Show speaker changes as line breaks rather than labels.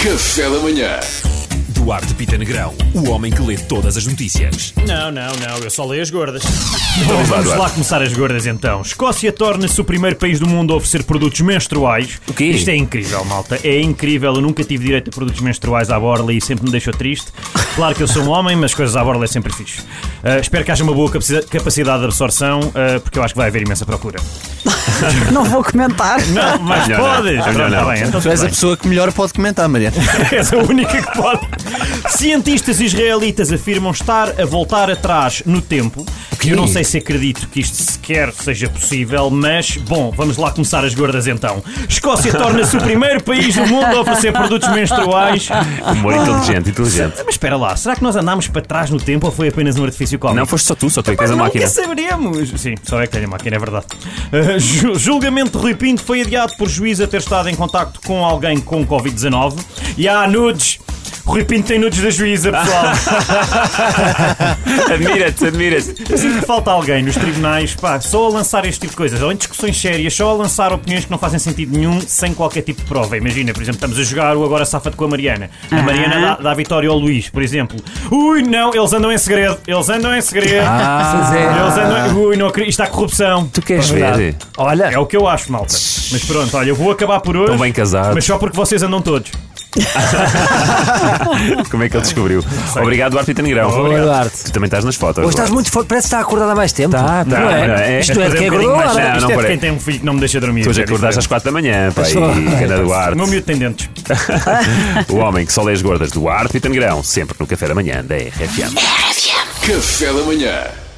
Café da Manhã.
Duarte Pita Negrão, o homem que lê todas as notícias.
Não, não, não, eu só leio as gordas. Então, vamos lá começar as gordas então. Escócia torna-se o primeiro país do mundo a oferecer produtos menstruais.
O quê?
Isto é incrível, malta. É incrível. Eu nunca tive direito a produtos menstruais à borla e sempre me deixou triste. Claro que eu sou um homem, mas coisas à borla é sempre fixe. Ah, espero que haja uma boa capaci- capacidade de absorção, ah, porque eu acho que vai haver imensa procura.
Não vou comentar.
Não, mas
Melhor não. É
podes!
Melhor
Pronto,
não.
tá bem, então
Tu és
tudo
a
bem.
pessoa que melhor pode comentar, Mariana.
És É a única que pode. Cientistas israelitas afirmam estar a voltar atrás no tempo. Eu não sei se acredito que isto sequer seja possível, mas bom, vamos lá começar as gordas então. Escócia torna-se o primeiro país do mundo a oferecer produtos menstruais.
Ah.
Humor inteligente, inteligente.
Mas espera lá, será que nós andámos para trás no tempo ou foi apenas um artifício cómico?
Não foste só tu, só tu é que tens a
Nunca
máquina.
saberemos. Sim, só é que tem a máquina, é verdade. Uh, ju- julgamento de Rui Pinto foi adiado por juiz a ter estado em contacto com alguém com Covid-19. E há nudes. Rui Pinto tem nudes da juíza, pessoal.
Admira-te, admira-te.
Eu sinto que falta alguém nos tribunais, pá, só a lançar este tipo de coisas, ou em discussões sérias, só a lançar opiniões que não fazem sentido nenhum, sem qualquer tipo de prova. Imagina, por exemplo, estamos a jogar o Agora Safa-te com a Mariana. A Mariana dá, dá vitória ao Luís, por exemplo. Ui, não, eles andam em segredo, eles andam em segredo.
Ah,
Eles
é?
andam. Ui, não acredito, isto há corrupção.
Tu queres ver?
É o que eu acho, malta. Mas pronto, olha, eu vou acabar por hoje.
Estão bem casados.
Mas só porque vocês andam todos.
Como é que ele descobriu? Obrigado, Duarte Pita Negrão.
Obrigado, Duarte.
Tu também estás nas fotos.
Hoje estás muito forte, parece que está acordado há mais tempo.
tá,
Tá, Não é?
não é?
Isto é de
Fazer
quem
um bocadinho
acordou
mais
agora.
tarde.
Não, não,
Isto é de
peraí.
quem tem um filho que não me deixa dormir.
Tu hoje
é
acordaste às
diferente.
4 da manhã, pai.
Só-
Cana
O meu
Duarte.
miúdo tem dentes.
O homem que só lê as gordas, Duarte Pita Negrão. Sempre no café da manhã da RFM.
Café da Manhã.